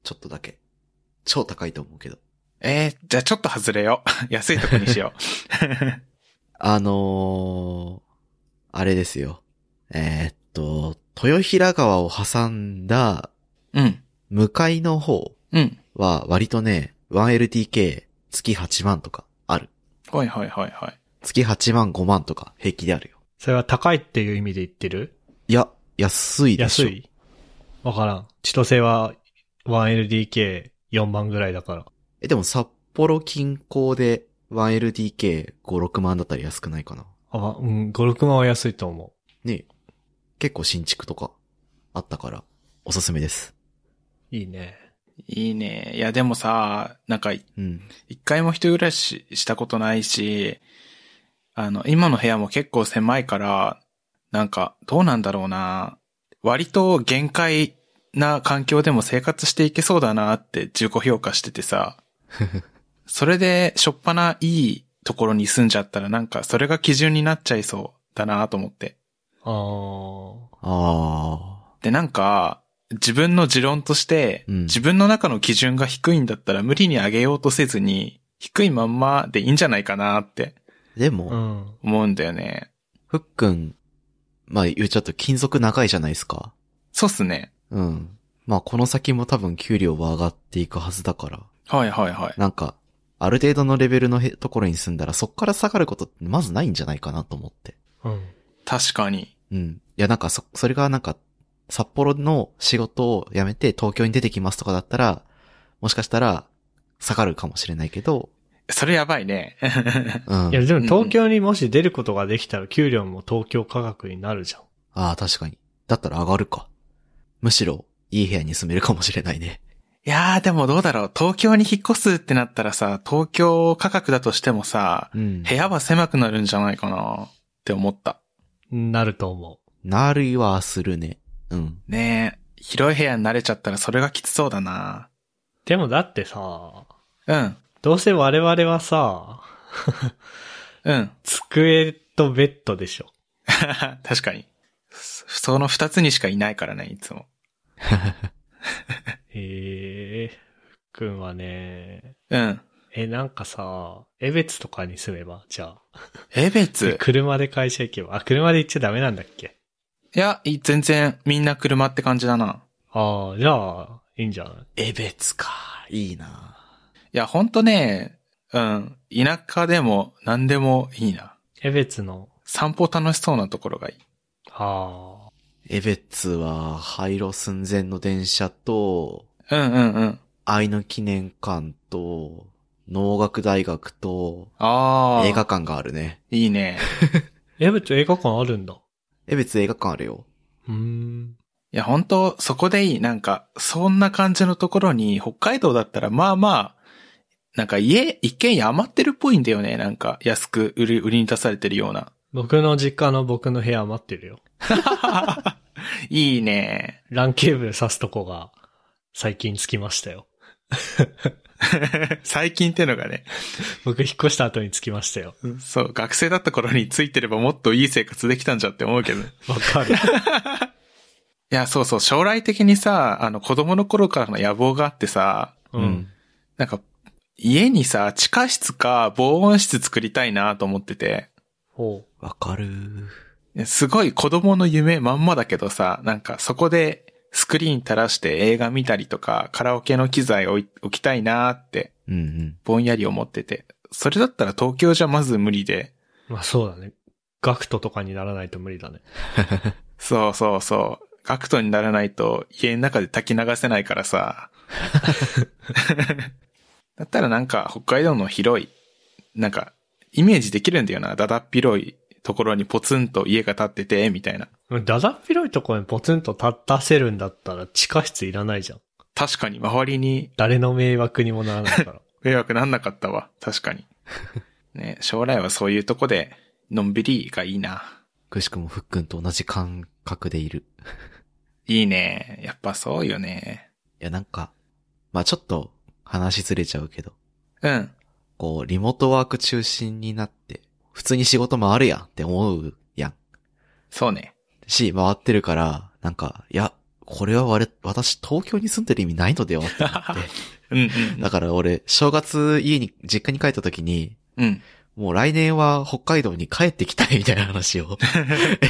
Speaker 3: ちょっとだけ。超高いと思うけど。
Speaker 2: えー、じゃあちょっと外れよ う。安いとこにしよ
Speaker 3: あのー、あれですよ。えーっと、豊平川を挟んだ
Speaker 2: う。うん。
Speaker 3: 向かいの方
Speaker 2: うん。
Speaker 3: は割とね、1LDK 月8万とかある。
Speaker 2: はいはいはいはい。
Speaker 3: 月8万5万とか平気であるよ。
Speaker 1: それは高いっていう意味で言ってる
Speaker 3: いや、安いでしょ。
Speaker 1: 安いわからん。千歳は 1LDK4 万ぐらいだから。
Speaker 3: え、でも札幌近郊で 1LDK5、6万だったら安くないかな。
Speaker 1: あ、うん、5、6万は安いと思う。
Speaker 3: ねえ結構新築とかあったから、おすすめです。
Speaker 1: いいね。
Speaker 2: いいね。いやでもさ、なんか
Speaker 3: うん。
Speaker 2: 一回も一人暮らししたことないし、あの、今の部屋も結構狭いから、なんか、どうなんだろうな。割と限界な環境でも生活していけそうだなって自己評価しててさ。それで、しょっぱないいところに住んじゃったら、なんか、それが基準になっちゃいそうだなと思って。
Speaker 1: あー。
Speaker 3: あ
Speaker 2: で、なんか、自分の持論として、
Speaker 3: うん
Speaker 2: 自分の中の基準が低いんだったら無理に上げようとせずに、低いまんまでいいんじゃないかなって
Speaker 3: ー。でも、
Speaker 1: うん。
Speaker 2: 思うんだよね。
Speaker 3: ふっくん、まあ言っちゃうと金属長いじゃないですか。
Speaker 2: そうっすね。
Speaker 3: うん。まあこの先も多分給料は上がっていくはずだから、
Speaker 2: はいはいはい。
Speaker 3: なんか、ある程度のレベルのへところに住んだらそっから下がることってまずないんじゃないかなと思って。
Speaker 1: うん。
Speaker 2: 確かに。
Speaker 3: うん。いや、なんかそ、それがなんか、札幌の仕事を辞めて東京に出てきますとかだったら、もしかしたら、下がるかもしれないけど、
Speaker 2: それやばいね。
Speaker 3: うん。
Speaker 1: いや、
Speaker 3: あ
Speaker 1: でも東京にもし出ることができたら給料も東京価格になるじゃん。
Speaker 3: あー、確かに。だったら上がるか。むしろ、いい部屋に住めるかもしれないね。
Speaker 2: いやーでもどうだろう。東京に引っ越すってなったらさ、東京価格だとしてもさ、
Speaker 3: うん。
Speaker 2: 部屋は狭くなるんじゃないかなって思った。
Speaker 1: なると思
Speaker 3: なるいはするね。うん。
Speaker 2: ねえ、広い部屋に慣れちゃったらそれがきつそうだな。
Speaker 1: う。でもだってさ、
Speaker 2: うん、
Speaker 1: どうせ我々はさ、
Speaker 2: うん。
Speaker 1: 机とベッドでしょ。
Speaker 2: 確かに。そその二つにしかいないからね、いつも。
Speaker 1: ええふっくんはね、
Speaker 2: うん。
Speaker 1: え、なんかさ、江別とかに住めば、じゃあ。
Speaker 2: えべ
Speaker 1: で
Speaker 2: つ。
Speaker 1: 車で会社行けば。あ、車で行っちゃダメなんだっけ
Speaker 2: いや、い全然みんな車って感じだな。
Speaker 1: ああ、じゃあ、いいんじゃない
Speaker 3: えべつか。いいない
Speaker 2: や、ほんとね、うん。田舎でも何でもいいな。
Speaker 1: 江別の、
Speaker 2: 散歩楽しそうなところがいい。
Speaker 1: ああ、
Speaker 3: えべつは、廃炉寸前の電車と、
Speaker 2: うんうんうん。
Speaker 3: 愛の記念館と、農学大学と、
Speaker 2: ああ。
Speaker 3: 映画館があるね。
Speaker 2: いいね。
Speaker 1: 江別映画館あるんだ。
Speaker 3: え、別に映画館あるよ。
Speaker 1: うーん。
Speaker 2: いや、本当そこでいい。なんか、そんな感じのところに、北海道だったら、まあまあ、なんか家、一軒家余ってるっぽいんだよね。なんか、安く売り、売りに出されてるような。
Speaker 1: 僕の実家の僕の部屋待ってるよ。
Speaker 2: いいね。
Speaker 1: ランケーブル挿すとこが、最近つきましたよ。
Speaker 2: 最近ってのがね、
Speaker 1: 僕引っ越した後につきましたよ。
Speaker 2: そう、学生だった頃についてればもっといい生活できたんじゃって思うけどね。
Speaker 1: わかる。
Speaker 2: いや、そうそう、将来的にさ、あの、子供の頃からの野望があってさ、
Speaker 1: う。。
Speaker 3: うん
Speaker 2: なんか、家にさ、地下室か防音室作りたいなと思ってて、
Speaker 1: ほ
Speaker 3: わかる。
Speaker 2: すごい子供の夢まんまだけどさ、なんかそこでスクリーン垂らして映画見たりとか、カラオケの機材を置い置きたいなって、
Speaker 3: うんうん。
Speaker 2: ぼんやり思ってて。それだったら東京じゃまず無理で、
Speaker 1: う。まあそうだね。ガクトとかにならないと無理だね。
Speaker 2: そうそうそう。ガクトにならないと家の中で炊き流せないから さ。だったらなんか北海道の広い、なんかイメージできるんだよな。だだっ広いところにポツンと家が建ってて、みたいな。
Speaker 1: だだっ広いところにポツンと立たせるんだったら地下室いらないじゃん。
Speaker 2: 確かに周りに
Speaker 1: 誰の迷惑にもならないから。
Speaker 2: 迷惑なんなかったわ。確 かに。ね、将来はそういうとこで、のんびりがいいな。
Speaker 3: くしくもふっくんと同じ感覚でいる。
Speaker 2: いいね。やっぱそうよね。
Speaker 3: いや、なんか、まあちょっと話ずれちゃうけど、
Speaker 2: うん。
Speaker 3: こう、リモートワーク中心になって、普通に仕事回るやんって思うやん。
Speaker 2: そうね。
Speaker 3: し、回ってるから、なんか、いや、これは我々私東京に住んでる意味ないのではって思 っ
Speaker 2: うん
Speaker 3: て。だから俺、正月家に、実家に帰った時に、
Speaker 2: うん。うん。
Speaker 3: もう来年は北海道に帰ってきたいみたいな 話を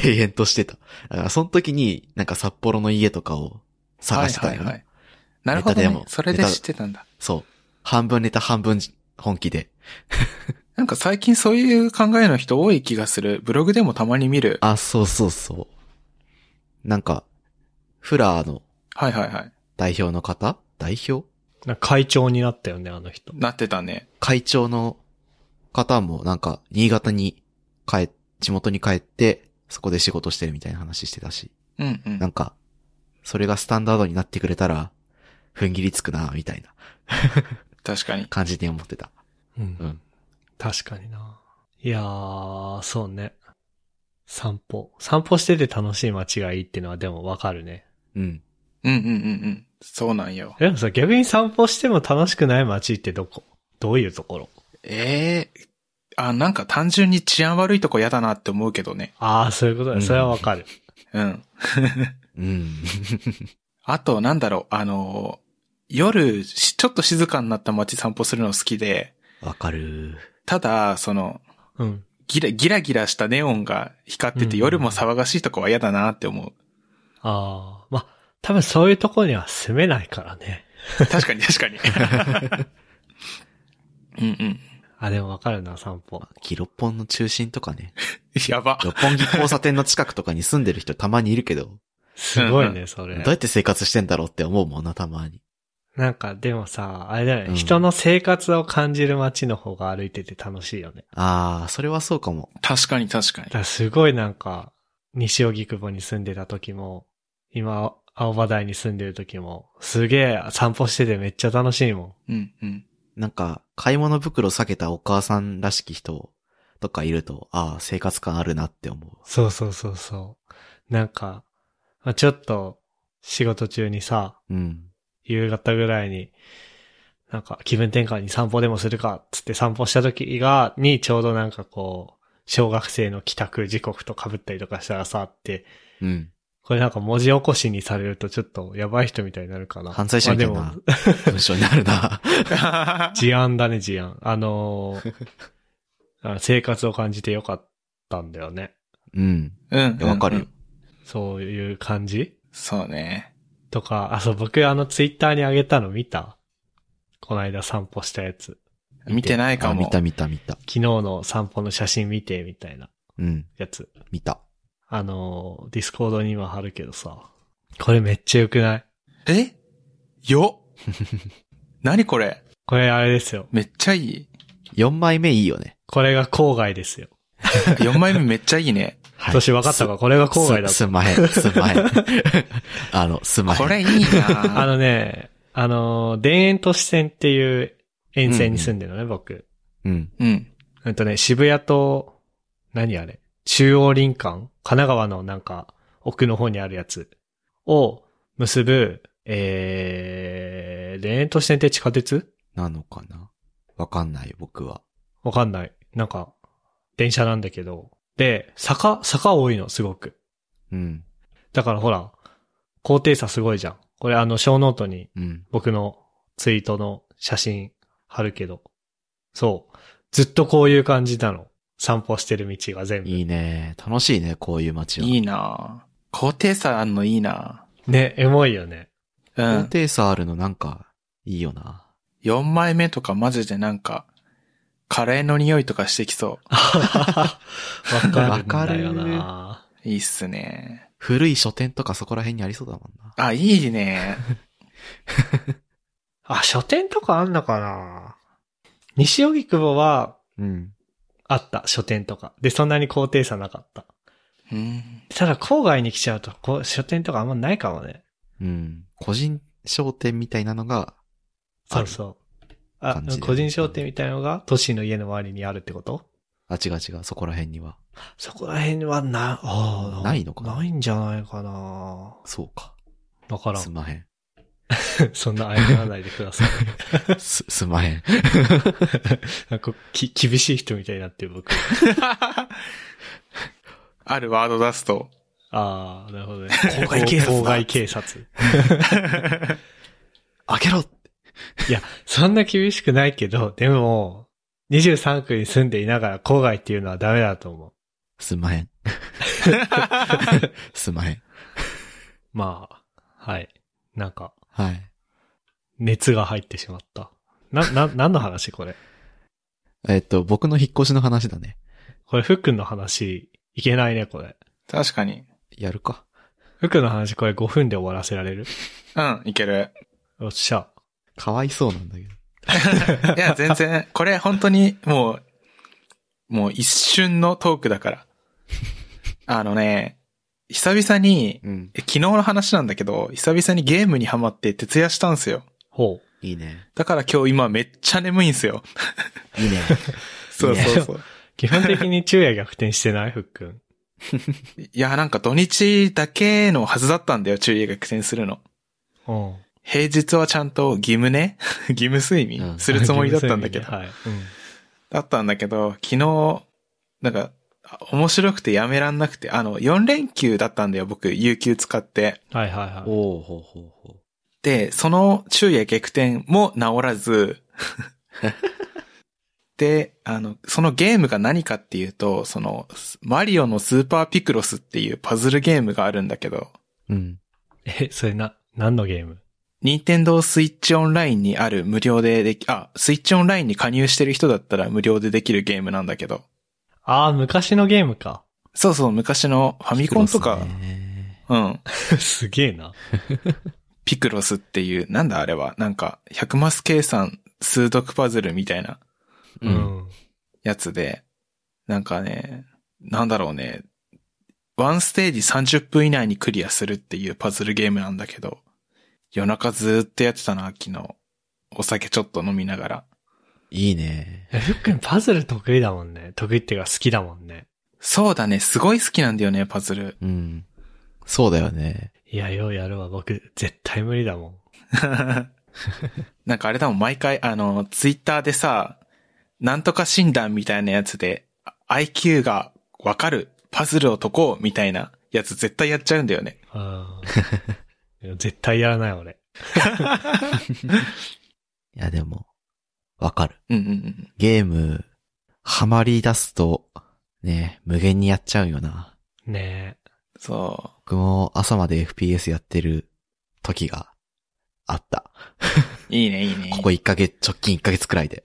Speaker 3: 永遠としてた。だからその時になんか札幌の家とかを探してたよ、ね
Speaker 2: はいはいはい。なるほど、
Speaker 3: ネタで
Speaker 2: ね
Speaker 3: も。
Speaker 2: それで知ってたんだ。
Speaker 3: そう。半分ネタ半分本気で。
Speaker 2: なんか最近そういう考えの人多い気がする。ブログでもたまに見る。
Speaker 3: あ、そうそうそう。なんか、フラーの
Speaker 2: はいはいはい。
Speaker 3: 代表の方代表
Speaker 1: なんか会長になったよね、あの人。
Speaker 2: なってたね。
Speaker 3: 会長の方もなんか、新潟に帰、地元に帰って、そこで仕事してるみたいな話してたし。
Speaker 2: うんうん。
Speaker 3: なんか、それがスタンダードになってくれたら、踏ん切りつくな、みたいな
Speaker 2: 確かに。
Speaker 3: 感じで思ってた。
Speaker 1: うん
Speaker 3: うん。
Speaker 1: 確かにな。いやー、そうね。散歩。散歩してて楽しい街がいいってのはでもわかるね。
Speaker 3: うん。
Speaker 2: うんうんうんうん。そうなんよ。
Speaker 1: でもさ、逆に散歩しても楽しくない街ってどこどういうところ
Speaker 2: ええあ、なんか単純に治安悪いとこ嫌だなって思うけどね。
Speaker 1: ああ、そういうことだ。
Speaker 3: うん
Speaker 1: それはわかる。
Speaker 2: うん。
Speaker 3: うん。
Speaker 2: あと、なんだろう、あのー夜、しちょっと静かになった街散歩するの好きで、
Speaker 3: わかる。
Speaker 2: ただ、その、
Speaker 1: うん。
Speaker 2: ギラ、ギラギラしたネオンが光って
Speaker 1: うんうん
Speaker 2: て夜も騒がしいとこは嫌だなって思う。
Speaker 1: ああ、まあ、多分そういうところには住めないからね。
Speaker 2: 確かに確 かに。うんうん。
Speaker 1: あ、でもわかるな、散歩。
Speaker 3: 木六本の中心とかね。
Speaker 2: やば。
Speaker 3: 六本木交差点の近くとかに住んでる人たまにいるけど、
Speaker 1: すごい
Speaker 2: うん
Speaker 1: ね、そ
Speaker 3: ど
Speaker 1: れ
Speaker 3: う。やって生活してんだろうって思うもんな、たまに。
Speaker 1: なんか、でもさ、あれだよね、
Speaker 3: うん
Speaker 1: 人の生活を感じる街の方が歩いてて楽しいよね。
Speaker 3: あー、それはそうかも。
Speaker 2: 確かに確かに
Speaker 1: だか。らすごいなんか、西荻窪に住んでた時も、今、青葉台に住んでる時も、すげえ散歩しててめっちゃ楽しいもん。
Speaker 2: うん うん。
Speaker 3: なんか、買い物袋避けたお母さんらしき人とかいると、あー、生活感あるなって思う。
Speaker 1: そうそうそうそう。なんか、まあ、ちょっと、仕事中にさ、
Speaker 3: うん。
Speaker 1: 夕方ぐらいに、なんか気分転換に散歩でもするか、つって散歩した時が、にちょうどなんかこう、小学生の帰宅時刻と被ったりとかしたらさ、って、
Speaker 3: うん。
Speaker 1: これなんか文字起こしにされるとちょっとやばい人みたいになるかな。
Speaker 3: 犯罪者みたい
Speaker 1: まあ
Speaker 3: な
Speaker 1: でも
Speaker 3: 文章になるな。
Speaker 1: 事案だね、事案。あのー あの生活を感じてよかったんだよね。
Speaker 3: うん。
Speaker 2: うん
Speaker 3: いやわかるよ。
Speaker 1: そういう感じ
Speaker 2: そうね。
Speaker 1: とか、あ、そう、僕あのツイッターにあげたの見たこの間散歩したやつ。
Speaker 2: 見てないか
Speaker 3: あ
Speaker 2: も。
Speaker 3: 見た見た見た。
Speaker 1: 昨日の散歩の写真見て、みたいな
Speaker 3: うん。
Speaker 1: やつ。
Speaker 3: 見た。
Speaker 1: あのー、ディスコードに今貼るけどさ。これめっちゃ良くない
Speaker 2: えよ 何これ
Speaker 1: これあれですよ。
Speaker 2: めっちゃいい。
Speaker 3: 4枚目いいよね。
Speaker 1: これが郊外ですよ。
Speaker 2: 4枚目めっちゃいいね。
Speaker 3: はい
Speaker 1: 年分かったか、これが郊外だ
Speaker 3: す
Speaker 1: と。
Speaker 3: すまへん、すまへ ん。あの、す まへん。
Speaker 2: これいい
Speaker 1: あ
Speaker 2: な
Speaker 1: のね、あのー、田園都市線っていう沿線に住んでるのね、僕。
Speaker 3: うん。
Speaker 2: うん。
Speaker 1: うんとね、渋谷と、何あれ中央林間神奈川のなんか、奥の方にあるやつを結ぶえー、田園都市線って地下鉄
Speaker 3: なのかなわかんない、僕は。
Speaker 1: わかんない。なんか、電車なんだけど。で、坂、坂多いの、すごく。
Speaker 3: うん。
Speaker 1: だからほら、高低差すごいじゃん。これあの、小ノートに
Speaker 3: うん。
Speaker 1: 僕のツイートの写真貼るけど。そう。ずっとこういう感じなの。散歩してる道が全部。
Speaker 3: いいね。楽しいね、こういう街は。
Speaker 2: いいなぁ高低差あんのいいな
Speaker 1: ね、エモいよね。
Speaker 2: ぁう
Speaker 3: 高
Speaker 2: ん。
Speaker 3: 低差あるのなんか、いいよな。
Speaker 2: 4枚目とかマジでなんか、カレーの匂いとかしてきそ
Speaker 1: わか
Speaker 3: わか
Speaker 1: るんだ
Speaker 3: る
Speaker 1: よな。
Speaker 2: う。いいっすね。
Speaker 3: 古い書店とかそこら辺にありそうだもんな。
Speaker 2: あ、いい ね。
Speaker 1: あ、書店とかあんのかな西荻窪は
Speaker 3: うん。
Speaker 1: あった、書店とか。で、そんなに高低差なかった。
Speaker 2: うん。
Speaker 1: ただ、郊外に来ちゃうと、こう、書店とかあんまないかもね。
Speaker 3: うん。個人商店みたいなのが、
Speaker 1: そうそう。あ
Speaker 3: 感じ、で
Speaker 1: 個人商店みたいなのが、都市の家の周りにあるってこと
Speaker 3: あ、違う違う、そこら辺には。
Speaker 1: そこら辺はな、あー
Speaker 3: ないのかな
Speaker 1: ないんじゃないかな
Speaker 3: そうか。
Speaker 1: わから
Speaker 3: す
Speaker 1: ん。
Speaker 3: まへん。
Speaker 1: そんな謝らないでください。
Speaker 3: す、 すまへん。
Speaker 1: なんか、き、厳しい人みたいになってる僕。
Speaker 2: あるワード出すと。
Speaker 1: ああ、なるほどね。
Speaker 3: 郊外警察だ
Speaker 1: 郊外警察。
Speaker 3: 開けろ
Speaker 1: いや、そんな厳しくないけど、でも、23区に住んでいながら郊外っていうのはダメだと思う。
Speaker 3: すま へん。すまへん。
Speaker 1: まあ、はい。なんか、
Speaker 3: はい。
Speaker 1: 熱が入ってしまった。な、な、何の話これ
Speaker 3: えっと、僕の引っ越しの話だね。
Speaker 1: これ、ふっくんの話、いけないね、これ。
Speaker 2: 確かに。
Speaker 3: やるか。
Speaker 1: ふっくんの話、これ5分で終わらせられる
Speaker 2: うん、いける。
Speaker 1: よっしゃ。
Speaker 3: かわいそうなんだけど。
Speaker 2: いや、全然、これ本当にもう、もう一瞬のトークだから。あのね、久々に、
Speaker 3: うん。
Speaker 2: え昨日の話なんだけど、久々にゲームにハマって徹夜したんすよ。
Speaker 1: ほう。
Speaker 3: いいね。
Speaker 2: だから今日今めっちゃ眠いんすよ。
Speaker 3: いいね。
Speaker 2: そうそうそう。
Speaker 1: 基本的に昼夜逆転してないふっくん。
Speaker 2: いや、なんか土日だけのはずだったんだよ、昼夜逆転するの。
Speaker 1: うん。
Speaker 2: 平日はちゃんと義務ね 義務睡
Speaker 3: う
Speaker 2: 眠
Speaker 3: ん
Speaker 2: するつもりだったんだ けど。
Speaker 1: はい。
Speaker 2: だったんだけど、昨日、なんか、あ面白くてやめらんなくて、あの、4連休だったんだよ、僕、有給使って。
Speaker 1: うん。はいはいはい。
Speaker 3: おー、ほうほうほ
Speaker 2: で、その昼夜逆転も治ら ず、で、あの、そのゲームが何かっていうと、その、マリオのスーパーピクロスっていうパズルゲームがあるんだけど、
Speaker 3: う。うん。
Speaker 1: え、それな、何のゲーム
Speaker 2: 任天堂スイッチオンラインにある無料ででき、あ、スイッチオンラインに加入してる人だったら無料でできるゲームなんだけど。
Speaker 1: ああ、昔のゲームか。
Speaker 2: そうそう、昔のファミコンとか、
Speaker 3: ピクロスね
Speaker 2: うん。
Speaker 1: すげえな。
Speaker 2: ピクロスっていう、なんだあれは、なんか、100マス計算数読パズルみたいな
Speaker 3: うん。
Speaker 2: やつで、なんかね、なんだろうね、ワンステージ30分以内にクリアするっていうパズルゲームなんだけど、夜中ずーっとやってたな、昨日。お酒ちょっと飲みながら。
Speaker 3: いいね。
Speaker 1: えふっくんパズル得意だもんね。得意っていうか好きだもんね。
Speaker 2: そうだね、すごい好きなんだよね、パズル。
Speaker 3: うん。そうだよね。
Speaker 1: いや、ようやるわ。僕、絶対無理だもん。
Speaker 2: なんかあれだもん、毎回、あの、ツイッターでさ、なんとか診断みたいなやつで、あ IQ がわかる、パズルを解こうみたいなやつ絶対やっちゃうんだよね。
Speaker 1: あーいや絶対やらない、俺。
Speaker 3: いや、でも、わかる。
Speaker 2: うんうんうん。
Speaker 3: ゲーム、ハマり出すと、ね、無限にやっちゃうよな。
Speaker 1: ね
Speaker 2: そ
Speaker 3: 僕も朝まで FPS やってる時があった。
Speaker 2: う。いいね、いいね。
Speaker 3: ここ1ヶ月、直近1ヶ月くらいで。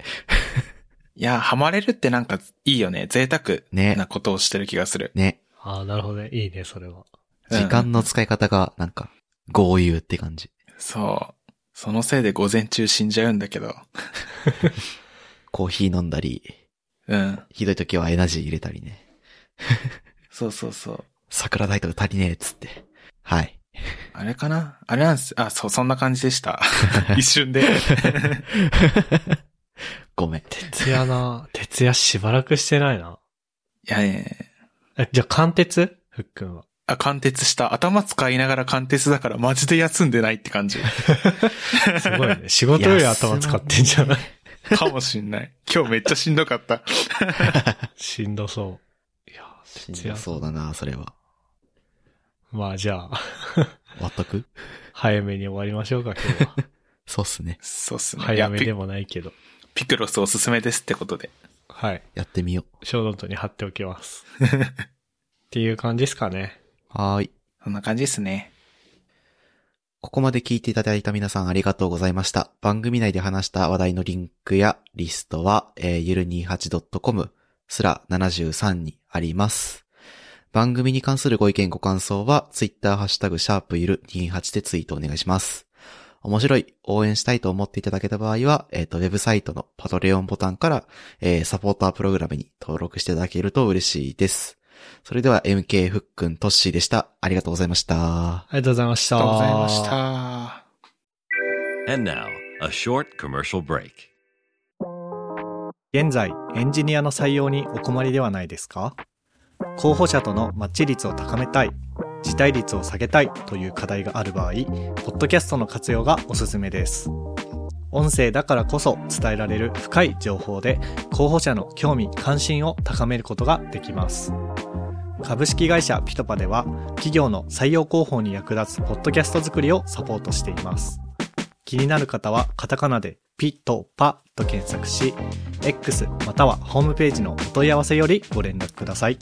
Speaker 2: いや、ハマれるってなんかいいよね。贅沢
Speaker 3: ね
Speaker 2: なことをしてる気がする。
Speaker 3: ね。
Speaker 1: え。ああ、なるほどね。いいね、それは。
Speaker 2: うん
Speaker 3: 時間の使い方が、なんか、豪遊って感じ。
Speaker 2: そう。そのせいで午前中死んじゃうんだけど。
Speaker 3: コーヒー飲んだり、
Speaker 2: うん。
Speaker 3: ひどい時はエナジー入れたりね。
Speaker 2: そうそうそう。
Speaker 3: 桜ライトが足りねえっつって。 はい。
Speaker 2: あれかなあれなんです。あ、そう、そんな感じでした。一瞬で。
Speaker 3: ごめん。
Speaker 1: 徹夜な。徹夜しばらくしてないな。
Speaker 2: いやね、
Speaker 1: え、じゃあ、貫徹ふっくんは。
Speaker 2: あ、貫徹した。頭使いながら貫徹だからマジで休んでないって 感じ。
Speaker 1: すごいね。仕事より頭使ってんじゃない
Speaker 2: かもしんない。今日めっちゃしんどかった。
Speaker 1: しんどそう。いや、
Speaker 3: しんどそうだな、それは。
Speaker 1: まあじゃあ、
Speaker 3: 全く
Speaker 1: 早めに終わりましょうか、今 日は。
Speaker 3: そうっすね。
Speaker 2: そうっすね。い
Speaker 1: 早
Speaker 2: や
Speaker 1: め
Speaker 2: ピ
Speaker 1: で、もないけど。
Speaker 2: ピクロスおすすめですってことで。
Speaker 1: はい。
Speaker 3: やってみよ
Speaker 1: ショーノートに貼っておき ます。っていう感じですかね。
Speaker 3: う。はーい。
Speaker 2: そんな感じですね。
Speaker 3: ここまで聞いていただいた皆さんありがとうございました。番組内で話した話題のリンクやリストは、えーゆる 28.com すら73にあります。番組に関するご意見ご感想は、ツイッターハッシュタグシャープゆる28でツイートお願いします。面白い、応援したいと思っていただけた場合は、えっ、と、ウェブサイトのパトレオンボタンから、えーサポータープログラムに登録していただけると嬉しいです。それでは MK ふっくんトッシーでした。ありがとうございました。
Speaker 1: ありがとうございました。
Speaker 2: ありがとうございました。
Speaker 4: And now, a short commercial break.
Speaker 1: 現在エンジニアの採用にお困りではないですか候補者とのマッチ率を高めたい辞退率を下げたいという課題がある場合ポッドキャストの活用がおすすめです音声だからこそ伝えられる深い情報で候補者の興味関心を高めることができます株式会社ピトパでは企業の採用広報に役立つポッドキャスト作りをサポートしています気になる方はカタカナでピトパと検索し X またはホームページのお問い合わせよりご連絡ください。